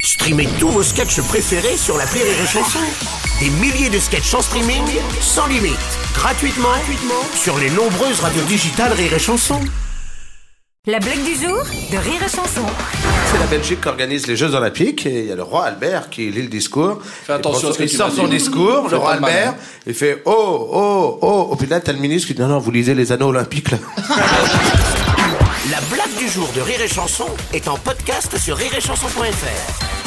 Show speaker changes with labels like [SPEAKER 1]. [SPEAKER 1] Streamez tous vos sketchs préférés sur la Rire et Chanson. Des milliers de sketchs en streaming, sans limite, gratuitement, gratuitement sur les nombreuses radios digitales Rire et Chanson.
[SPEAKER 2] La blague du jour de Rire et Chanson.
[SPEAKER 3] C'est la Belgique qui organise les Jeux Olympiques et il y a le roi Albert qui lit le discours. Fais
[SPEAKER 4] attention à ce que
[SPEAKER 3] il
[SPEAKER 4] tu
[SPEAKER 3] sort
[SPEAKER 4] vas
[SPEAKER 3] son
[SPEAKER 4] dire.
[SPEAKER 3] discours,
[SPEAKER 4] Fais
[SPEAKER 3] le roi
[SPEAKER 4] pas le malin.
[SPEAKER 3] Albert, il fait oh, oh, oh. Au puis là, t'as le ministre qui dit non, non, vous lisez les anneaux olympiques là.
[SPEAKER 1] La blague du jour de Rire et Chanson est en podcast sur rireetchanson.fr.